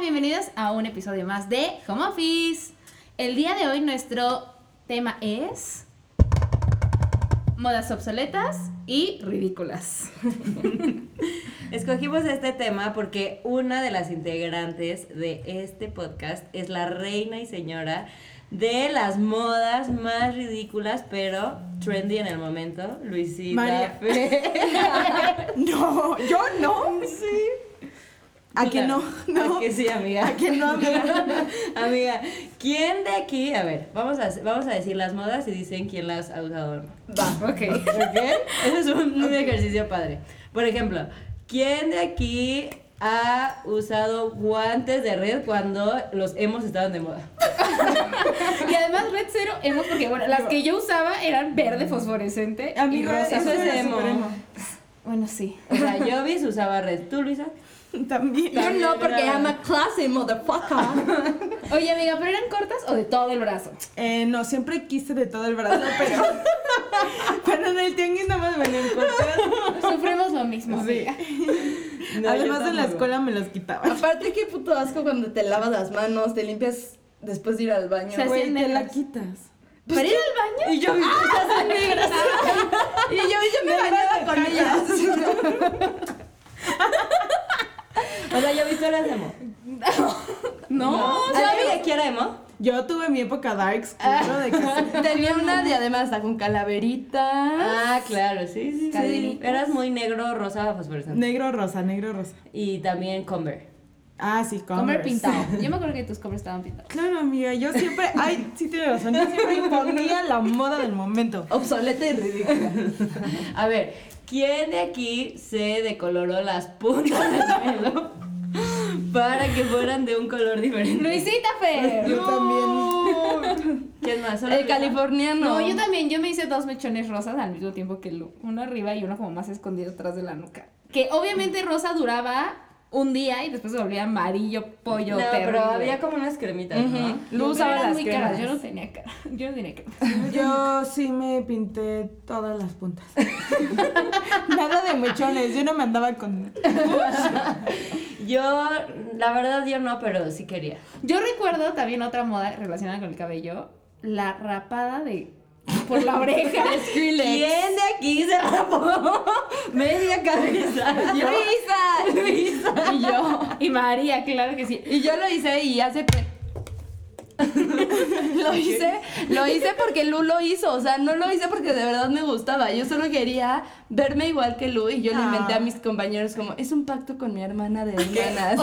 bienvenidos a un episodio más de Home Office. El día de hoy nuestro tema es modas obsoletas y ridículas. Escogimos este tema porque una de las integrantes de este podcast es la reina y señora de las modas más ridículas, pero trendy en el momento, Luisita. María. Fe- No, yo no. Sí. ¿A que no? No. ¿A que sí, amiga? ¿A que no, amiga? Amiga, ¿quién de aquí? A ver, vamos a, vamos a decir las modas y dicen quién las ha usado o no. Va, ok. ¿Ok? Ese es un, un ejercicio padre. Por ejemplo, ¿quién de aquí ha usado guantes de red cuando los hemos estaban de moda? Y además Red Zero hemos porque bueno, las que yo usaba eran verde fosforescente A y mí rosa. eso eso es era emo. súper emo. Bueno, sí. O sea, Jovis usaba red. ¿Tú, Luisa? También. Yo no, porque Bravo. I'm a classy motherfucker. Oye, amiga, ¿pero eran cortas o de todo el brazo? Eh, no, siempre quise de todo el brazo, pero. pero en el tianguis nada más me lo encontré. Sufrimos lo mismo. Sí. amiga. No, Además yo de la tampoco. escuela me los quitaba. Aparte, qué puto asco cuando te lavas las manos, te limpias después de ir al baño. O sea, Güey, hacían te la negras. quitas. ¿Para ir al baño? Y yo y yo, yo me bañaba con ellas. O sea, Jovis, ¿tú eras emo? No. ¿Alguien de aquí era emo? Yo tuve mi época darks, claro, de que. Tenía una diadema hasta con calaverita. Ah, claro, sí, sí, sí. Cadenitas. Eras muy negro, rosa, fosforescente. Negro rosa, negro rosa. Y también Conver. Ah, sí, Converse. Comer pintado. Yo me acuerdo que tus covers estaban pintados. Claro, amiga, yo siempre. Ay, sí tiene razón. Yo siempre imponía la moda del momento. Obsoleta y ridícula. A ver, ¿quién de aquí se decoloró las puntas del pelo para que fueran de un color diferente? Luisita Fer. Yo también. ¿Quién más? Solo El Luisa. californiano. No, yo también, yo me hice dos mechones rosas al mismo tiempo que Lu. Uno arriba y uno como más escondido atrás de la nuca. Que obviamente rosa duraba un día y después se volvía amarillo, pollo, No, pero terrible. había como unas cremitas, ¿no? Lu Lu usaba usaba las muy caras. cremas. Yo no tenía cara. Yo no tenía cara. Yo sí me pinté todas las puntas. Nada de mechones, yo no me andaba con. Yo, la verdad, yo no, pero sí quería. Yo recuerdo también otra moda relacionada con el cabello, la rapada de por la oreja. ¿Quién de aquí se rapó media cabeza? ¡Luisa! Luisa. Y yo, y María, claro que sí. Y yo lo hice y hace. pe- lo hice, lo hice porque Lu lo hizo, o sea, no lo hice porque de verdad me gustaba, yo solo quería verme igual que Lu y yo le Ah. inventé a mis compañeros como, es un pacto con mi hermana de hermanas.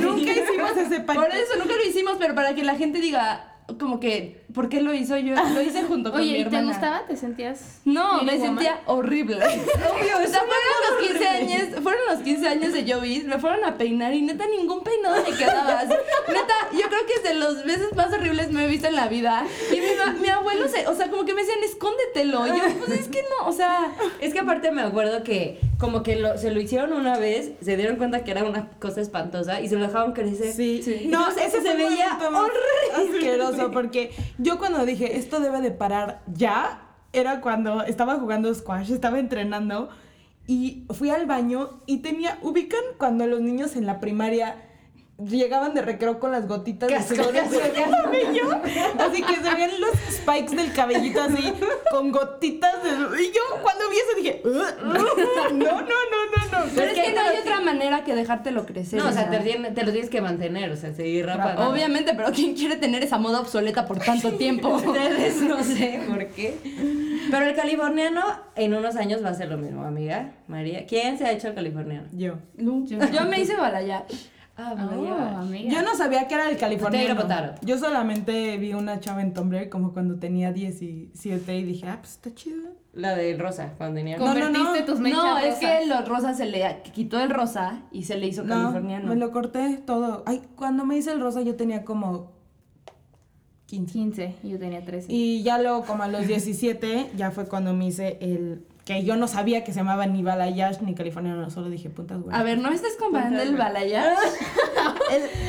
Nunca hicimos ese pacto. Pues Por eso nunca lo hicimos, pero para que la gente diga como que, ¿por qué lo hizo yo? Lo hice junto con mi Oye, ¿y te hermana. gustaba? ¿Te sentías? No, me Little Woman? sentía horrible. Obvio, o sea, fueron los 15 años, fueron los 15 años de Jovis, me fueron a peinar y neta ningún peinado me quedaba. Así, Neta, yo creo que es de las veces más horribles me he visto en la vida. Y mi, ma- mi abuelo se, o sea, como que me decían, "Escóndetelo." Y yo, pues es que no, o sea, Es que aparte me acuerdo que como que lo- se lo hicieron una vez, se dieron cuenta que era una cosa espantosa y se lo dejaron crecer. Sí. Sí. No, Entonces, ese se se veía veía asqueroso porque yo cuando dije esto debe de parar ya era cuando estaba jugando squash, estaba entrenando y fui al baño y tenía ubican cuando los niños en la primaria llegaban de recreo con las gotitas de sudor en el cabello, así que se veían los spikes del cabellito así con gotitas de y yo cuando vi eso dije "Ugh, ugh, no no no no no pero es que que, no hay otra manera que dejártelo crecer. No, o sea, te, tiene- te lo tienes que mantener, o sea, seguir rapando. Obviamente, pero ¿quién quiere tener esa moda obsoleta por tanto tiempo? Ustedes no sé por qué. Pero el californiano en unos años va a ser lo mismo, amiga. María, ¿quién se ha hecho el californiano? yo Yo me hice balayage. Ah, Oh, amiga. Yo no sabía que era el Te californiano. agropotaron. Yo solamente vi una chava en Tumblr como cuando tenía 17 y dije, ah, pues está chido. La de Rosa, cuando tenía. Con- Convertiste No, no, no. tus mechas No, es Pues rosas. que los rosas se le quitó el rosa y se le hizo No, californiano. me lo corté todo. Ay, cuando me hice el rosa yo tenía como 15. 15 y yo tenía 13. Y ya luego como a los 17 ya fue cuando me hice el que yo no sabía que se llamaba ni Balayash ni californiano, solo dije puntas güey. A ver, ¿no me estás comparando el balayage? Ah,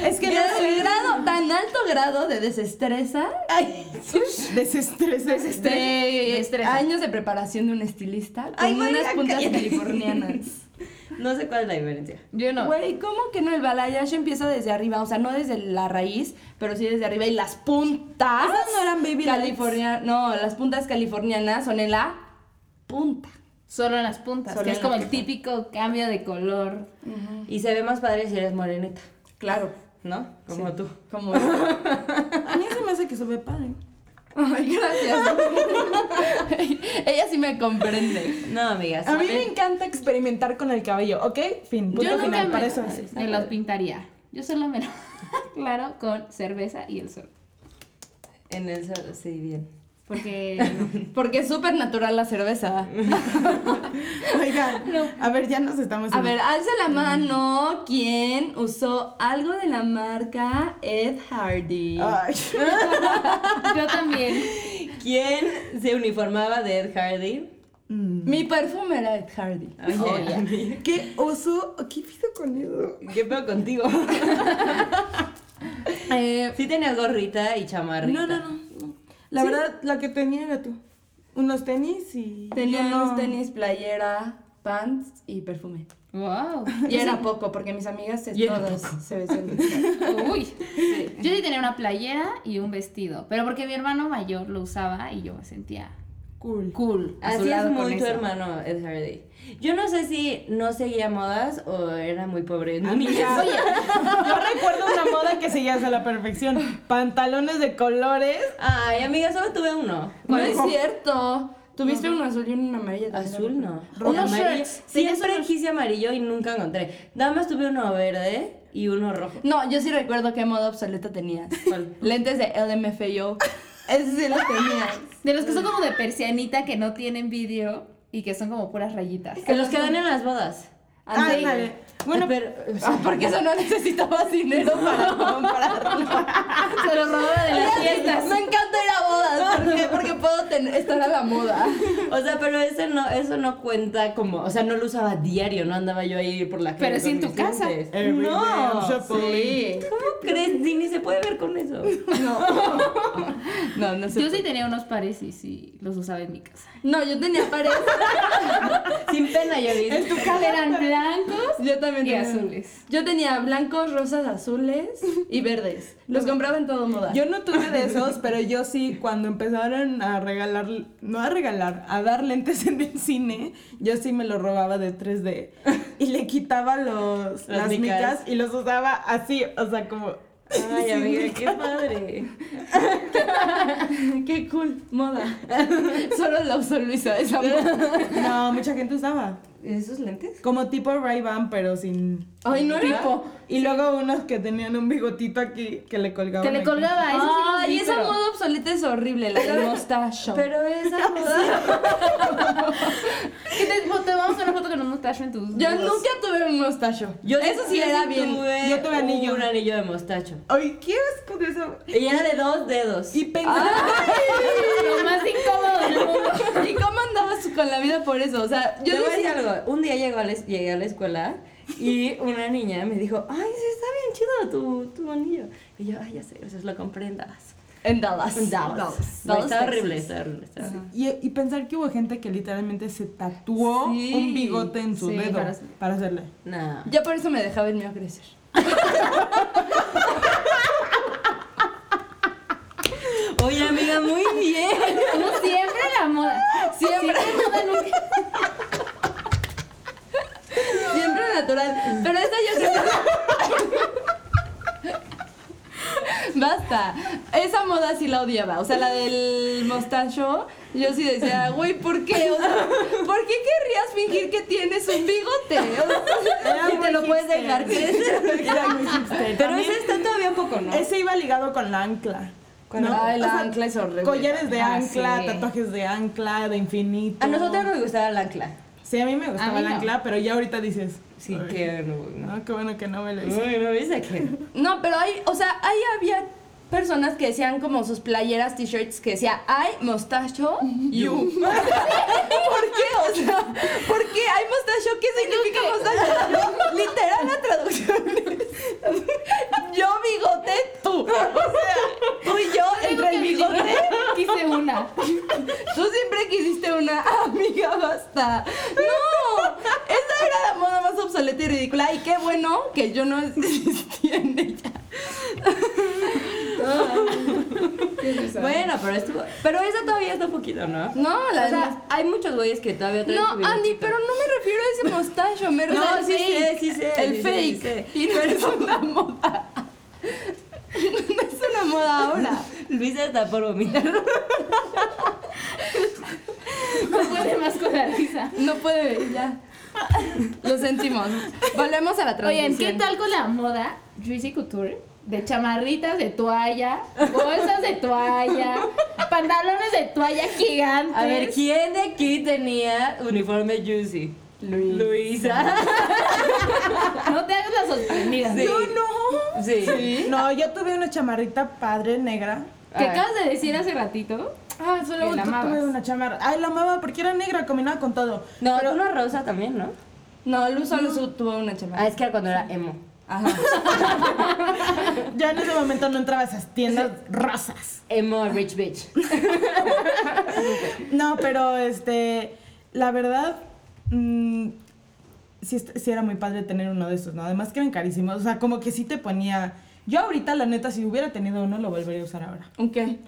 es que no el grado, tan alto grado de desestresa, Desestrés, de, desestrés. destreza. años de preparación de un estilista con Ay, unas María, puntas cállate. californianas. No sé cuál es la diferencia. Yo no. Güey, ¿cómo que no? El balayage empieza desde arriba, o sea, no desde la raíz, pero sí desde arriba y las puntas. ¿Esas Ah, no eran baby california- No, las puntas californianas son en la punta. Solo en las puntas, Solo que es en como la el típico cambio de color. Ah. Y se ve más padre si eres morenita, Claro. ¿no? Como tú. Como. A mí se me hace que se ve padre. Ay, gracias. Ella sí me comprende. No, amigas. A mí me encanta experimentar con el cabello, ¿ok? Fin, punto Yo nunca final, me, para eso es. me los pintaría. Yo solo me lo claro con cerveza y el sol. En el sol, sí, bien. Porque Porque es súper natural la cerveza. Oigan, a ver, ya nos estamos... A ver, alza la mano quien usó algo de la marca Ed Hardy. Ay. yo también. ¿Quién se uniformaba de Ed Hardy? Mm. Mi perfume era Ed Hardy. Oye, Oh, amiga, ¿Qué oso? ¿Qué pido con eso? ¿qué pedo contigo? Eh, Sí tenías gorrita y chamarrita. No, no, no. no. La verdad, la que tenía era tú. Unos tenis y... tenía yo no- unos tenis, playera, pants y perfume. Wow. Y era poco, porque mis amigas Y era todas se vestían. Uy. Yo sí tenía una playera y un vestido, pero porque mi hermano mayor lo usaba y yo me sentía Cool. cool. a su Así es lado con muy tu eso. hermano, Ed Hardy. Yo no sé si no seguía modas o era muy pobre. en Amiga, niñez. yo recuerdo una moda que seguías a la perfección. Pantalones de colores. Ay, amiga, solo tuve uno. No es cierto. Tuviste un azul y un amarillo. Azul no. Unos amarillo. shirts. Tenías Siempre quise amarillo y nunca encontré. Nada más tuve uno verde y uno rojo. No, yo sí recuerdo qué moda obsoleta tenías. ¿Cuál? Lentes de LMFAO. Ese sí los tenías. De los que son como de persianita que no tienen vídeo y que son como puras rayitas. Que los que dan en las bodas. Ándale. Ándale. Bueno, pero. Ah, porque eso no necesitabas dinero para comprarlo. Se los robaba de las fiestas. Me encanta ir a bodas. ¿Por qué? Porque puedo tener- estar a la moda. O sea, pero ese no, eso no cuenta como. O sea, no lo usaba diario, no andaba yo ahí por la calle. Pero sí con en tu mis casa. lentes. Every No. day I'm shopping. ¿Cómo crees? Ni ni se puede ver con eso. No, no Yo sí tenía unos pares y sí los usaba en mi casa. No, yo tenía pares. Sin pena, yo vi. Tu casa eran blancos Yo también y tenía azules. Yo tenía blancos, rosas, azules y verdes. Los compraba en todo moda. Yo no tuve de esos, pero yo sí, cuando empezaron a regalar, no a regalar, a dar lentes en el cine, yo sí me los robaba de 3D y le quitaba los, Las las micas. micas y los usaba así, o sea, como... Ay, amiga, qué padre. Qué cool, moda. Solo la usó Luisa, esa moda. No, mucha gente usaba. ¿Esos lentes? Como tipo Ray-Ban, pero sin... Ay, no era. Y luego unos que tenían un bigotito aquí que le colgaban. Que le aquí. Ah, colgaba. eso sí los Ay, vi, esa pero- moda obsoleta es horrible, la del mostacho. Pero esa moda. ¿Qué te, tomamos una foto con un mostacho en tus yo dedos? nunca tuve un mostacho. Eso sí yo era bien. Tuve Yo tuve anillo. Un anillo de mostacho. Ay, ¿qué asco de eso? Y era de dos dedos. Y pensaba... Lo más incómodo del mundo. ¿Y cómo andabas con la vida por eso? O sea, yo Te voy a decir decía, algo. Un día llegó a la es- llegué a la escuela y una niña me dijo, ay, sí, está bien chido tu, tu anillo. Y yo, ay, ya sé, o sea, lo compré en Dallas. en Dallas. En Dallas. No, Dallas, Está Texas. horrible, está horrible. está horrible. Y, y pensar que hubo gente que literalmente se tatuó Sí, un bigote en su sí, dedo para- para, hacerle. No. Yo por eso me dejaba el mío crecer. Oye, amiga, muy bien. Tú siempre la moda. Siempre. moda nunca. Siempre natural. Pero esta yo creo que- Basta. Esa moda sí la odiaba. O sea, la del mostacho. Yo sí decía, güey, ¿por qué? O sea, ¿por qué querrías fingir que tienes un bigote? O sea, si te lo puedes dejar crecer. Pero ese está todavía un poco, ¿no? Ese iba ligado con la ancla. ¿no? Ay, la O sea, ancla es horrible. Collares de Ah, ancla, sí. tatuajes de ancla, de infinito. A nosotros nos gustaba el ancla. Sí, a mí me A gustaba mí el no. ancla, pero ya ahorita dices. Sí, "Ay, que no. No, No, qué bueno que no me lo hice. Uy, no viste que. No, pero hay, o sea, ahí había personas que decían como sus playeras, t-shirts que decía, hay mostacho, you. ¿Por qué? O sea, ¿por qué hay mostacho? ¿Qué significa mostacho? Literal la traducción es, yo bigote, tú. O sea, tú y yo Digo entre que el mi bigote. libro Quise una. Tú siempre quisiste una amiga, basta. No, esa era la moda más obsoleta y ridícula. Y qué bueno que yo no existía en ella. Bueno, pero estuvo. Pero esa todavía está poquito, ¿no? No, la o sea, hay muchos güeyes que todavía traen su No, bigote. Andy, pero no me refiero a ese mostacho, me refiero No, al sí fake. sé, sí sé, El sí sé, sí fake. sé. Y no es una moda. No es una moda ahora. Luisa está por vomitar. No puede más con la risa. No puede, ya. Lo sentimos. Volvemos a la Oigan, transmisión. ¿qué tal con la moda Juicy Couture? De chamarritas de toalla, bolsas de toalla, pantalones de toalla gigantes. A ver, ¿quién de aquí tenía uniforme Juicy? ¿ah? Luisa. No te hagas la sorprendida. Sí. Tú no. Sí. No, yo tuve una chamarrita padre negra. Que Ay. acabas de decir hace ratito. Ah, solo Que la tú- amabas. Tuve una chamarra. Ay, la amaba porque era negra, combinaba con todo. No, pero una rosa también, ¿no? No, Luz solo su- tuvo una chamarra. Ah, es que era cuando era emo. Ajá. Ya en ese momento no entraba a esas tiendas rosas. Emo Rich Bitch. No, pero este, la verdad, mm, sí, est- sí era muy padre tener uno de esos, ¿no? Además que eran carísimos. O sea, como que sí te ponía. Yo ahorita, la neta, si hubiera tenido uno, lo volvería a usar ahora. ¿Un qué?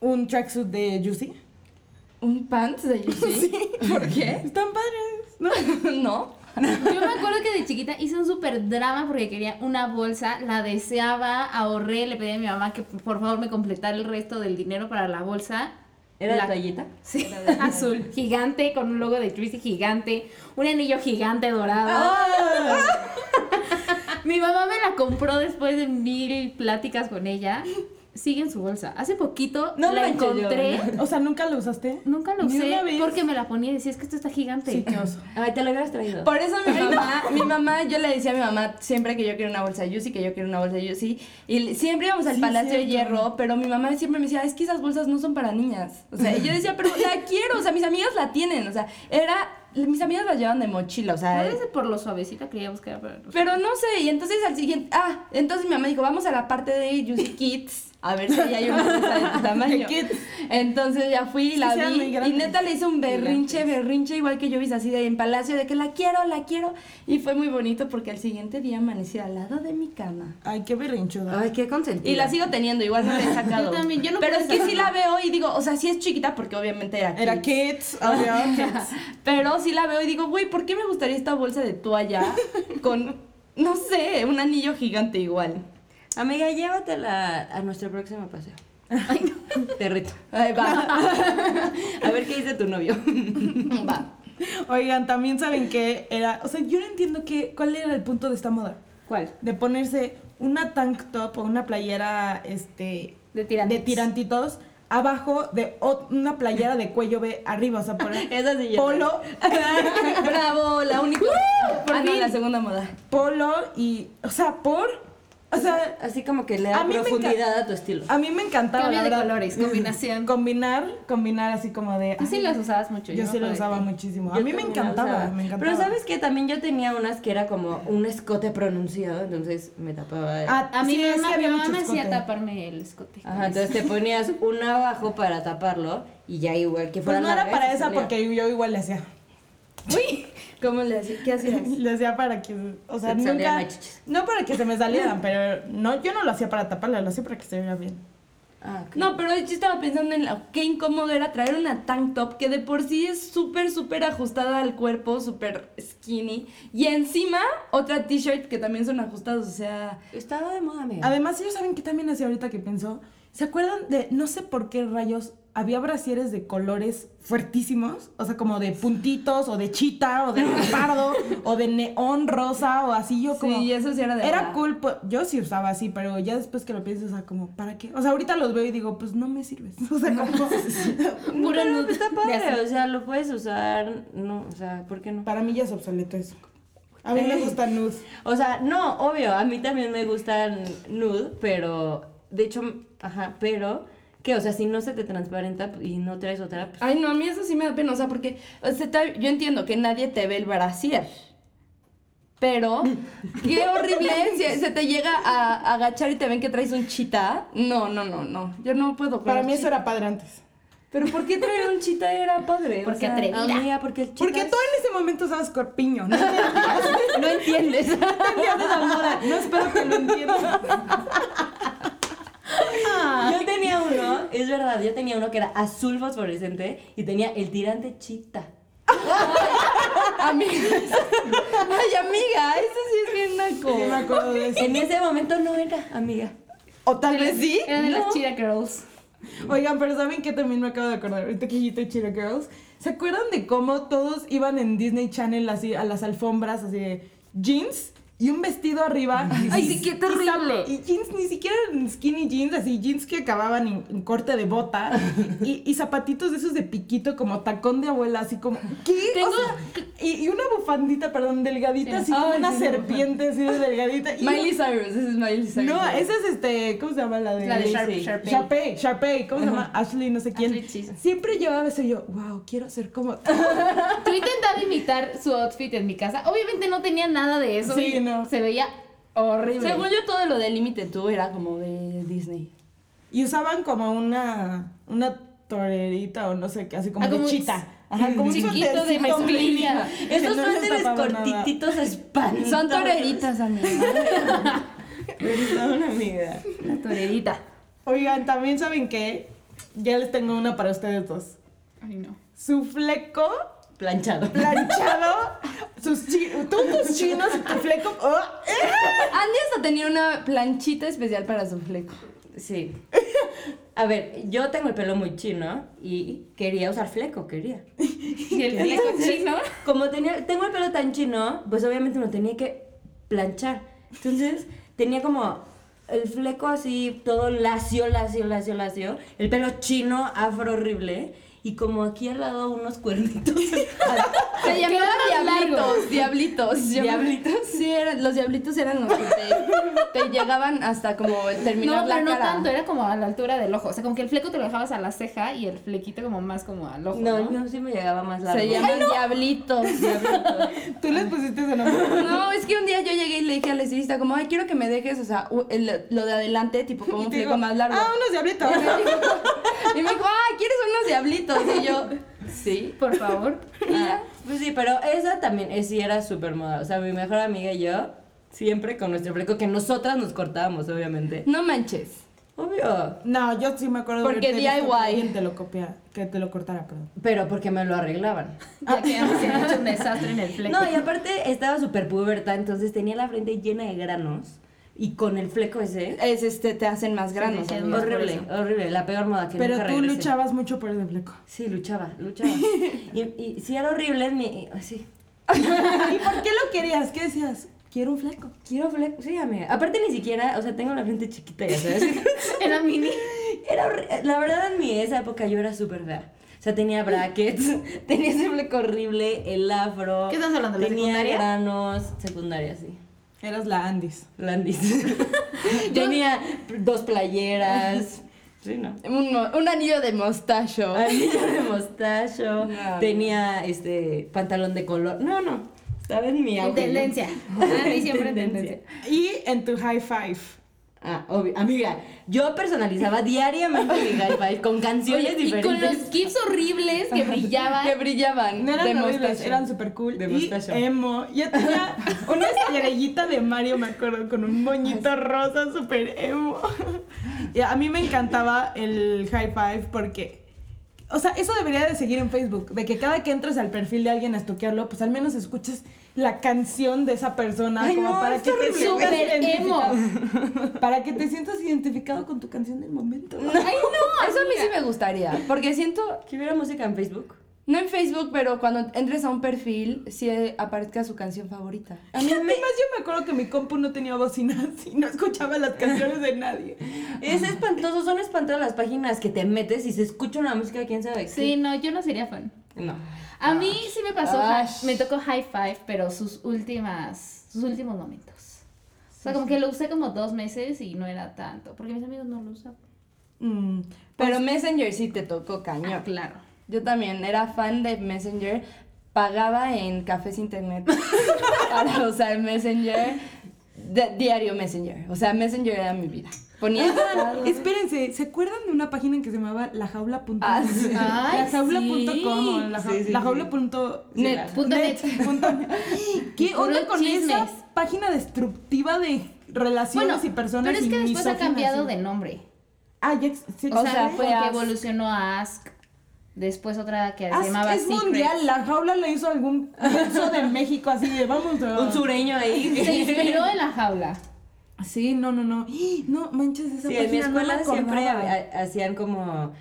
Un tracksuit de Juicy. ¿Un pants de Juicy? ¿Por qué? Están padres, ¿no? no. Yo me acuerdo que de chiquita hice un súper drama porque quería una bolsa, la deseaba, ahorré, le pedí a mi mamá que por favor me completara el resto del dinero para la bolsa. ¿Era La- la toallita? Sí, azul, gigante, con un logo de Juicy gigante, un anillo gigante dorado. Ah. Ah. Mi mamá me la compró después de mil pláticas con ella. Sigue en su bolsa. Hace poquito No la manches, encontré. O sea, ¿nunca lo usaste? Nunca lo Ni usé una vez. porque me la ponía y decía, es que esto está gigante. Sí, qué oso. Ay, te lo hubieras traído. Por eso mi mamá, mi mamá, yo le decía a mi mamá siempre que yo quiero una bolsa Juicy, que yo quiero una bolsa Juicy. Y le- siempre íbamos al Sí, Palacio de cierto. Hierro, pero mi mamá siempre me decía, es que esas bolsas no son para niñas. O sea, y yo decía, pero la quiero, o sea, mis amigas la tienen. O sea, era, mis amigas la llevaban de mochila, o sea, Tal vez por lo suavecita creíamos que era para nosotros. Pero no sé, y entonces al siguiente. Ah, entonces mi mamá dijo: Vamos a la parte de Juicy Kids. A ver si ahí hay una bolsa de tu tamaño. De kids. Entonces ya fui y la Sí, sean vi. muy Y grandes. neta le hice un berrinche, berrinche, igual que yo vi así de en Palacio, de que la quiero, la quiero. Y fue muy bonito porque al siguiente día amanecí al lado de mi cama. Ay, qué berrinchuda. Ay, qué consentida. Y la sigo teniendo, igual no la he sacado. Yo también, yo no Pero puedo es que sí sacarla. la veo y digo, o sea, sí es chiquita porque obviamente era kids. Era kids, obvio, kids. Pero sí la veo y digo, güey, ¿por qué me gustaría esta bolsa de toalla con, no sé, un anillo gigante igual? Amiga, llévatela a nuestro próximo paseo. Te reto. Ahí va, A ver qué dice tu novio. va. Oigan, también saben que era, o sea, yo no entiendo qué, cuál era el punto de esta moda, ¿Cuál? de ponerse una tank top o una playera, este, De tirantes. de tirantitos abajo de ot- una playera de cuello B arriba, o sea, por Esa sí yo. polo, Bravo, la única. Por ah, no, fin. la segunda moda. polo y, o sea, por, o sea, Así como que le A da mí me profundidad a tu estilo. a mí me encantaba Cambio la de verdad. colores, combinación. combinar, combinar así como de, Tú Pues sí ay, las usabas mucho. yo me sí acuerdo lo de usaba ti. muchísimo, a Yo mí me también encantaba, usaba. me encantaba. Pero sabes que también yo tenía unas que era como un escote pronunciado, entonces me tapaba. Ah, A mí sí, mi es que mamá, mi había mamá mucho me hacía escote. taparme el escote. Ajá, entonces te ponías una abajo para taparlo y ya igual que fuera Pues no era larga, para se esa salía. porque yo igual le hacía. Uy, ¿cómo le hacías? ¿Qué hacías? Le hacía para que, o sea, Se te salieran nunca, las chichis. no para que se me salieran, pero no, yo no lo hacía para taparla, lo hacía para que se viera bien. Ah, ok. No, pero yo estaba pensando en la, qué incómodo era traer una tank top que de por sí es súper, súper ajustada al cuerpo, súper skinny. Y encima otra t-shirt que también son ajustados, o sea... Estaba de moda, amiga. Además, ellos saben que también hacía ahorita que pensó, ¿se acuerdan de, no sé por qué rayos, había brasieres de colores fuertísimos? O sea, como de puntitos, o de chita, o de pardo, o de neón rosa, o así, yo como... sí, eso sí era de Era moda. cool, pues, yo sí usaba así, pero ya después que lo pienso, o sea, como, ¿para qué? O sea, ahorita los veo y digo, pues no me sirves. O sea, como, Puro Pero nude. está De así. padre, o sea, lo puedes usar, no, o sea, ¿por qué no? para mí ya es obsoleto eso. A mí me gusta nude. O sea, no, obvio, a mí también me gustan nude, pero de hecho, ajá, pero que, o sea, si no se te transparenta y no traes otra, pues, Ay, no, a mí eso sí me da pena, o sea, porque o sea, está- yo entiendo que nadie te ve el brasier. Pero, qué horrible si se te llega a, agachar y te ven que traes un chita. No, no, no, no. Yo no puedo con Para los mí eso chi- era padre antes. Pero ¿por qué traer un chita era padre? Porque atrevida. ah, Amiga, porque el chita Porque es- tú en ese momento usabas corpiño, no entendías No entiendes. entendías la moda. No espero que lo entiendas. Ah. Yo tenía uno, es verdad, yo tenía uno que era azul fosforescente y tenía el tirante chita. Amigas. Ay, amiga, eso sí es bien naco. Sí me acuerdo de eso. En ese momento no era, amiga. O tal vez sí. Era de No. las Chira Girls. Oigan, pero ¿saben qué también me acabo de acordar? Ahorita que dijiste Cheetah Girls. ¿Se acuerdan de cómo todos iban en Disney Channel así a las alfombras, así de jeans y un vestido arriba? Ay, sí, qué Y zap- terrible. Y, jeans, ni siquiera eran skinny jeans, así jeans que acababan en, en corte de bota. y, y zapatitos de esos de piquito, como tacón de abuela, así como. ¿Qué? O Tengo- sea, y, y una bufandita, perdón, delgadita, así como Ay, una sí, una serpiente, así de delgadita. Y- Miley Cyrus, ese es Miley Cyrus. no, esa es este, ¿cómo se llama la de? La de Shar- Sharpay. Sharpay. Sharpay, Sharpay, ¿cómo se llama? Ashley, no sé quién. Ashley Chis. Siempre llevaba eso y yo, wow, quiero ser como tú". Yo intentaba imitar su outfit en mi casa. Obviamente no tenía nada de eso. Sí, y no. Se veía horrible. Según yo, todo lo del límite tú era como de Disney. Y usaban como una, una torerita o no sé qué, así como Ah, de como un chita. s- Ajá, como un chiquito de suétercito mezclilla. mezclilla. que Esos no les suéteres tapaba nada. cortititos espantosos. Son toreritas, amiga. Perdón, amiga. La torerita. Oigan, también saben qué, ya les tengo una para ustedes dos. Ay, no. Su fleco Planchado. planchado, sus chinos, tú tus chinos y tu fleco. oh, Andy hasta tenía una planchita especial para su fleco. Sí. A ver, yo tengo el pelo muy chino y quería usar fleco, quería. Y el fleco chino. Como tenía, tengo el pelo tan chino, pues obviamente me lo tenía que planchar. Entonces tenía como el fleco así, todo lacio, lacio, lacio, lacio. El pelo chino, afro horrible. Y como aquí al lado unos cuernitos. Se llamaban eran diablitos, largos. diablitos. Yo- ¿Diablitos? Sí, eran, los diablitos eran los que te, te llegaban hasta como el terminar No, la pero no cara. tanto, era como a la altura del ojo. O sea, como que el fleco te lo dejabas a la ceja y el flequito como más como al ojo. No, No, el mío sí me llegaba más largo. Se llaman diablitos. Tú les pusiste ese nombre. No, es que un día yo llegué y le dije al estilista como, ay, quiero que me dejes, o sea, u- el- lo de adelante, tipo como Y un te fleco digo, más largo. Ah, unos diablitos. Y me dijo- Y me dijo, ay, ¿quieres unos diablitos? Y yo, sí. Por favor. Ah, pues sí, pero esa también eh, sí era súper moda. O sea, mi mejor amiga y yo, siempre con nuestro fleco, que nosotras nos cortábamos, obviamente. No manches. Obvio. No, yo sí me acuerdo Porque haberte visto DIY. que alguien te lo copiara, que te lo cortara, perdón. Pero porque me lo arreglaban. Ya que hemos hecho un desastre en el fleco. No, y aparte estaba súper puberta, entonces tenía la frente llena de granos. Y con el fleco ese. Es este, te hacen más Sí, grandes. sí, sí. amiga. Horrible, horrible. La peor moda que Pero tú nunca regresé. luchabas mucho por el fleco. Sí, luchaba, luchaba. Y, y sí era horrible, mi, y- sí. ¿Y por qué lo querías? ¿Qué decías? Quiero un fleco. Quiero fleco, sí, amiga. Aparte ni siquiera, o sea, tengo la frente chiquita, ya sabes. Era mini. Era horri- la verdad en mi esa época yo era súper fea. O sea, tenía brackets, tenía ese fleco horrible, el afro. ¿Qué estás hablando, la tenía secundaria? granos, secundaria, sí. Eras la Andis. Landis. tenía dos playeras. Sí, ¿no? Un, mo- un anillo de mostacho. Anillo de mostacho. No, tenía este pantalón de color. No, no. Estaba en mi En auge, ¿no? tendencia. Era mini siempre en Tendencia. tendencia. Y en tu high five. Ah, obvio. Amiga, yo personalizaba diariamente mi hi-fi con canciones Oye, y con diferentes. los gifs horribles que brillaban. Que brillaban. No de eran horribles, mostacho. eran súper cool. De y mostacho. emo. Yo tenía una estrellita de Mario, me acuerdo, con un moñito rosa súper emo. Y a mí me encantaba el high five porque... O sea, eso debería de seguir en Facebook, de que cada que entres al perfil de alguien a estoquearlo, pues al menos escuches la canción de esa persona Ay, como no, para es que te horrible. sientas Súper emo. identificado. Para que te sientas identificado con tu canción del momento. Ay, no, eso a mí sí me gustaría. Porque siento, ¿Que hubiera música en Facebook? no en Facebook, pero cuando entres a un perfil, sí aparezca su canción favorita. A mí me, Además, yo me acuerdo que mi compu no tenía bocinas y no escuchaba las canciones de nadie. Ah. Es espantoso, son espantosas las páginas que te metes y se escucha una música, quién sabe. qué. Sí, no, yo no sería fan. No. A mí sí me pasó, Ay. hi- me tocó High Five, pero sus últimas, sus últimos momentos. O sea, como que lo usé como dos meses y no era tanto, porque mis amigos no lo usaban. Mm, Pero Messenger sí te tocó cañón. Ah, claro. Yo también era fan de Messenger. Pagaba en cafés internet para usar Messenger. de- diario Messenger. O sea, Messenger era mi vida. Ponías. Ah. Oigan, espérense, ¿se acuerdan de una página en que se llamaba lajaula.com? Ah, sí. Ay, Lajaula.com o sí. la Sí, sí, sí. Net. Punto net. ¿Qué Puros onda con esa chismes. página destructiva de relaciones Bueno, y personas pero es y que después ha misóginas cambiado y- de nombre. Ah, ya ex- sí, O, O sea, sea, fue fue que Ask. evolucionó a Ask. Después otra que Ah, se llamaba es Secret. mundial, la jaula la hizo algún menso de México así de vamos a... Un sureño ahí. Se inspiró en la jaula. Sí, no, no, no. ¡Ih! No manches esa Sí, página en mi escuela no me siempre acordaba. ha- hacían como.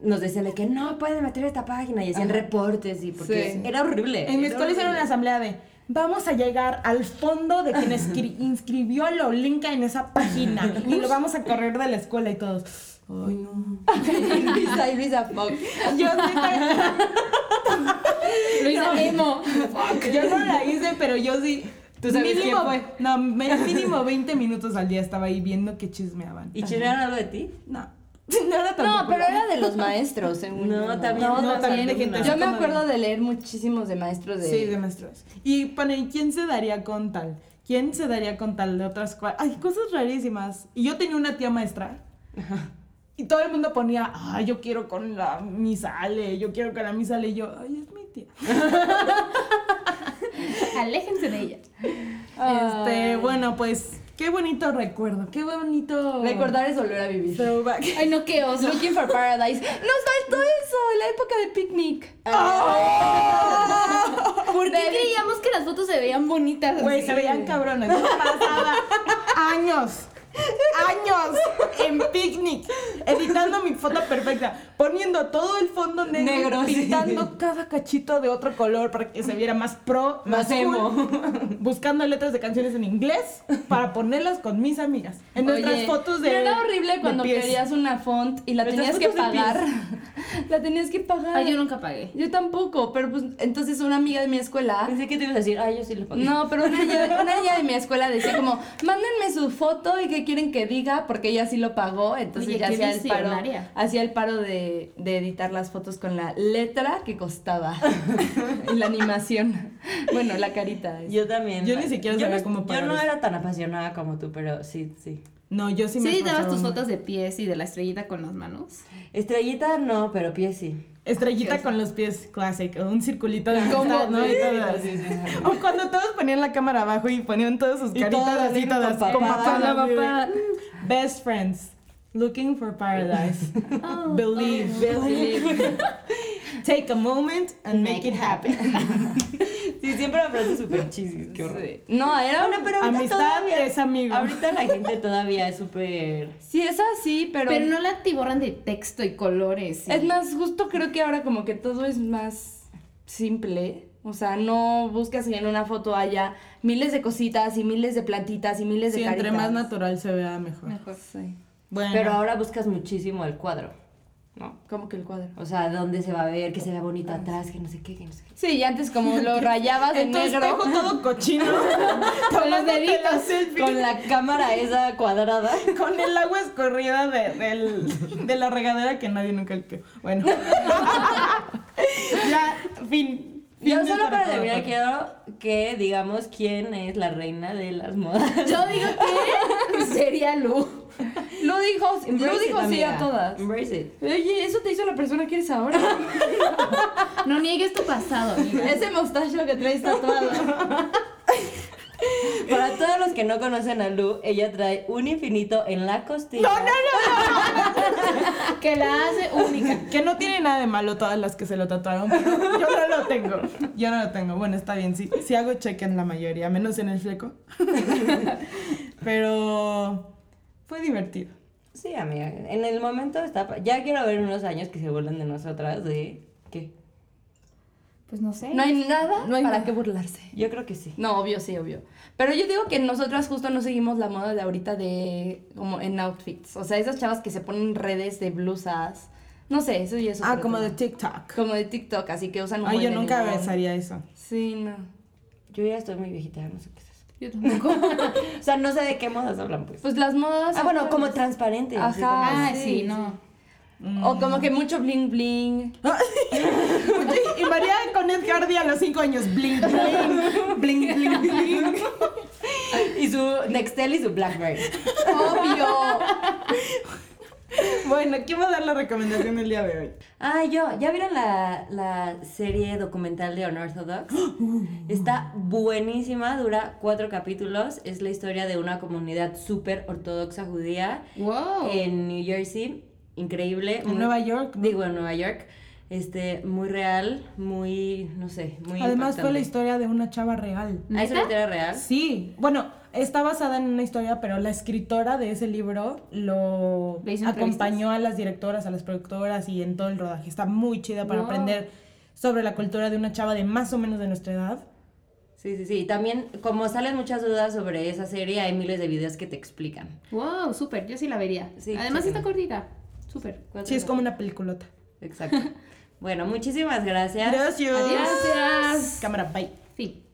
Nos decían de que no pueden meter esta página y hacían reportes y porque Sí. era horrible. En mi era escuela hicieron una horrible. asamblea de vamos a llegar al fondo de quien escri- inscribió a Lolinka en esa página y lo vamos a correr de la escuela y todos. Ay, no. Luisa y Luisa Fox. Yo, neta, Luisa Emo. yo no la hice, pero yo sí. ¿Tú sabes mínimo, quién No, me- mínimo 20 minutos al día estaba ahí viendo que chismeaban. ¿Y chismearon algo de ti? No, no era tan No, popular. pero era de los maestros, según No, yo. también. No, no, también de también gente. una. Yo me como de- acuerdo de leer muchísimos de maestros de. Sí, de maestros. Y pone, ¿quién se daría con tal? ¿Quién se daría con tal de otras cosas? Ay, cosas rarísimas. Y yo tenía una tía maestra. Y todo el mundo ponía, ay, yo quiero con la misale, yo quiero con la misale. Y yo, ay, es mi tía. Aléjense de ella. Este, bueno, pues, qué bonito recuerdo, qué bonito. Recordar es volver a vivir. Throwback. Ay, no, qué oso. Looking for Paradise. Nos faltó eso, la época de picnic. Ah, ¿Por qué creíamos que las fotos se veían bonitas? así? Güey, se veían cabrones. Yo pasaba años, años en picnic, editando mi foto perfecta, poniendo todo el fondo negro, y Negro, sí. pintando cada cachito de otro color para que se viera más pro, más, Más cool, buscando letras de canciones en inglés para ponerlas con mis amigas. En nuestras Oye, fotos de. Pero era horrible de cuando pies. querías una font y la Nuestras tenías que fotos de pies. pagar. la tenías que pagar. Ay, yo nunca pagué. Yo tampoco, pero pues entonces una amiga de mi escuela. Pensé que te ibas a decir, ay, yo sí lo pagué. No, pero una ya, una ya de mi escuela decía como, mándenme su foto y qué quieren que diga, porque ella sí lo pagó, entonces Oye, ya qué hacía el paro, visionaria. hacía el paro de, de editar las fotos con la letra que costaba y la animación, bueno, la carita. es- Yo también. Yo ni siquiera Yo sabía no- cómo Yo pagar no eso. era tan apasionada como tú, pero sí, sí. No, yo sí ¿Sí me. editabas esforzaba tus mucho. fotos de pies y de la estrellita con las manos? Estrellita no, pero pie sí. Estrellita con los pies classic, o un circulito de ¿Cómo? amistad, ¿no? Y todas. Sí, sí, sí. O cuando todos ponían la cámara abajo y ponían todas sus Y caritas todas así, así todas con con papada, papada, la así de, papada. "Mm, Best friends, looking for paradise. Oh, Believe, believe. Take a moment and make it happen. Sí, siempre me parece súper chisis, qué horror. Sí. este, No, era una... pero Amistad todavía- es amigo. Ahorita la gente todavía es súper... Sí, es así, pero, Pero no la tiborran de texto y colores. y- es más justo, creo que ahora como que todo es más simple. O sea, no buscas que en una foto haya miles de cositas y miles de plantitas y miles de Sí, entre caritas. más natural se vea mejor. Mejor. Sí. Bueno, Pero ahora buscas muchísimo el cuadro, ¿no? Como que el cuadro. O sea, dónde se va a ver, que se vea bonito atrás, que no sé qué, que no sé qué. Sí, y antes como lo rayabas de en tu negro espejo todo cochino, Con los tomándote la deditos. selfie, Con la cámara esa cuadrada. con el agua escorrida de, del- de la regadera que nadie nunca limpió. Bueno. ya, fin. Yo Fin de solo para esta terminar recordatoria. quiero que digamos quién es la reina de las modas. Yo digo que sería Lu. Lo dijo, lo Embrace it, dijo sí amiga. a todas. Embrace it. Oye, eso te hizo la persona que eres ahora. No niegues tu pasado, amiga. Ese mostacho que traes tatuado. Para todos los que no conocen a Lu, ella trae un infinito en la costilla. No, no, no. Que la hace única. Que no tiene nada de malo todas las que se lo tatuaron. pero yo no lo tengo. Yo no lo tengo. Bueno, está bien. Sí, sí hago cheque en la mayoría, menos en el fleco. Pero fue divertido. Sí, amiga. En el momento está. pa- Ya quiero ver unos años que se burlen de nosotras de. ¿Qué? Pues no sé. No hay nada No hay para nada. qué burlarse. Yo creo que sí. No, obvio, sí, obvio. Pero yo digo que nosotras justo no seguimos la moda de ahorita de como en outfits. O sea, esas chavas que se ponen redes de blusas. No sé, eso ya es Ah, otro como de tema. TikTok. Como de TikTok, así que usan un Ay, buen yo de nunca neón. besaría eso. Sí, no. Yo ya estoy muy viejita, no sé qué es eso. Yo tampoco. O sea, no sé de qué modas hablan, pues. Pues las modas. Ah, son bueno, como buenas. transparente. así Ajá. como- Ah, sí, sí, sí. no. O como que mucho bling bling. Y María con Ed Hardy a los 5 años. Bling, bling. Bling, bling, bling. Y su Nextel y su Blackberry. Obvio. Bueno, ¿quién va a dar la recomendación el día de hoy? Ah, yo, ¿ya vieron la, la serie documental de Unorthodox? Está buenísima, dura cuatro capítulos. Es la historia de una comunidad súper ortodoxa judía Wow. en New Jersey. Increíble. Oh. En Nueva York, ¿no? Digo, en Nueva York. Este, muy real, muy, no sé, muy Además fue impactante. la historia de una chava real. Ah, ¿Es ¿Neta? una historia real? Sí, bueno, está basada en una historia, pero la escritora de ese libro lo ¿Le hizo acompañó a las directoras, a las productoras y en todo el rodaje. Está muy chida para Wow. aprender sobre la cultura de una chava de más o menos de nuestra edad. Sí, sí, sí. También, como salen muchas dudas sobre esa serie, hay miles de videos que te explican. Wow, súper, yo sí la vería. Sí, Además sí. está cortita. Súper. Sí, es como una peliculota. Exacto. bueno, muchísimas gracias. Gracias. Gracias. Cámara, bye. Fin.